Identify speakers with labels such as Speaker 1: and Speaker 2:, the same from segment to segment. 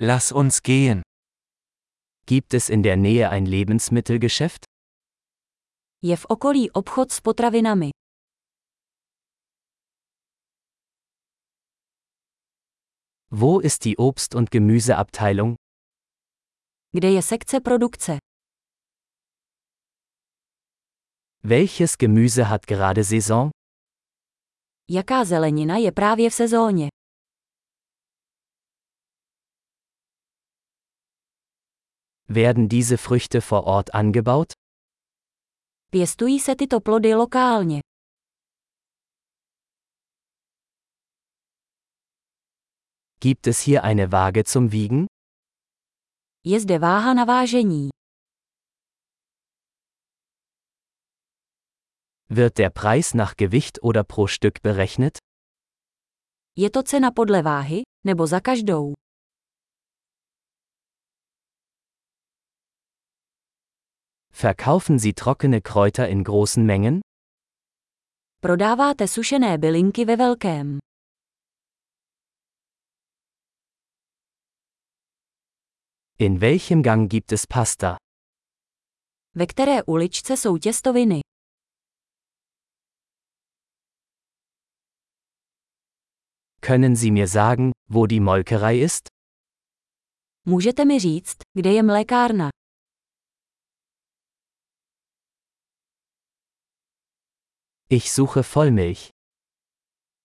Speaker 1: Lass uns gehen.
Speaker 2: Gibt es in der Nähe ein Lebensmittelgeschäft?
Speaker 3: Je v okolí obchod s potravinami.
Speaker 2: Wo ist die Obst- und Gemüseabteilung?
Speaker 3: Kde je sekce produkce?
Speaker 2: Welches Gemüse hat gerade Saison?
Speaker 3: Jaká zelenina je právě v sezóně?
Speaker 2: Werden diese Früchte vor Ort angebaut?
Speaker 3: Pěstují se tyto plody lokálně.
Speaker 2: Gibt es hier eine Waage zum Wiegen?
Speaker 3: Je zde váha na vážení.
Speaker 2: Wird der Preis nach Gewicht oder pro Stück berechnet?
Speaker 3: Je to cena podle váhy, nebo za každou?
Speaker 2: Verkaufen Sie trockene Kräuter in großen Mengen?
Speaker 3: Prodáváte sušené bylinky ve velkém.
Speaker 2: In welchem Gang gibt es Pasta?
Speaker 3: Ve které uličce jsou těstoviny?
Speaker 2: Können Sie mir sagen, wo die Molkerei ist?
Speaker 3: Můžete mi říct, kde je mlékárna?
Speaker 2: Ich suche Vollmilch.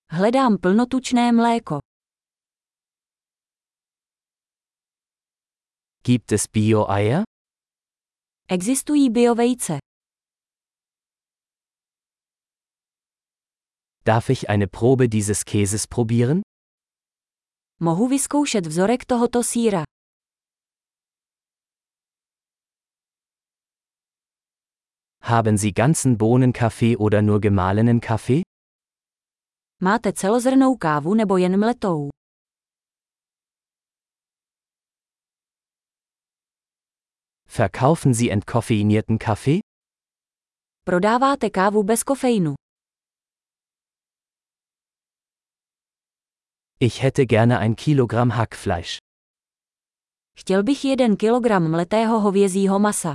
Speaker 3: Hledám plnotučné mléko.
Speaker 2: Gibt es Bio-Eier?
Speaker 3: Existují biovejce.
Speaker 2: Darf ich eine Probe dieses Käses probieren?
Speaker 3: Mohu vyzkoušet vzorek tohoto síra.
Speaker 2: Haben Sie ganzen Bohnenkaffee oder nur gemahlenen Kaffee?
Speaker 3: Máte celozrnou kávu nebo jen mletou?
Speaker 2: Verkaufen Sie entkoffeinierten Kaffee?
Speaker 3: Prodáváte kávu bez kofeinu.
Speaker 2: Ich hätte gerne ein Kilogramm Hackfleisch.
Speaker 3: Chtěl bych jeden kilogram mletého hovězího masa.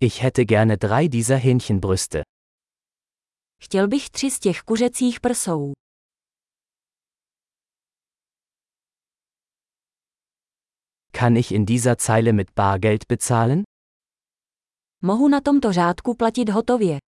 Speaker 2: Ich hätte gerne drei dieser Hähnchenbrüste.
Speaker 3: Chtěl bych tři z těch kuřecích prsou.
Speaker 2: Kann ich in dieser Zeile mit Bargeld bezahlen?
Speaker 3: Mohu na tomto řádku platit hotově.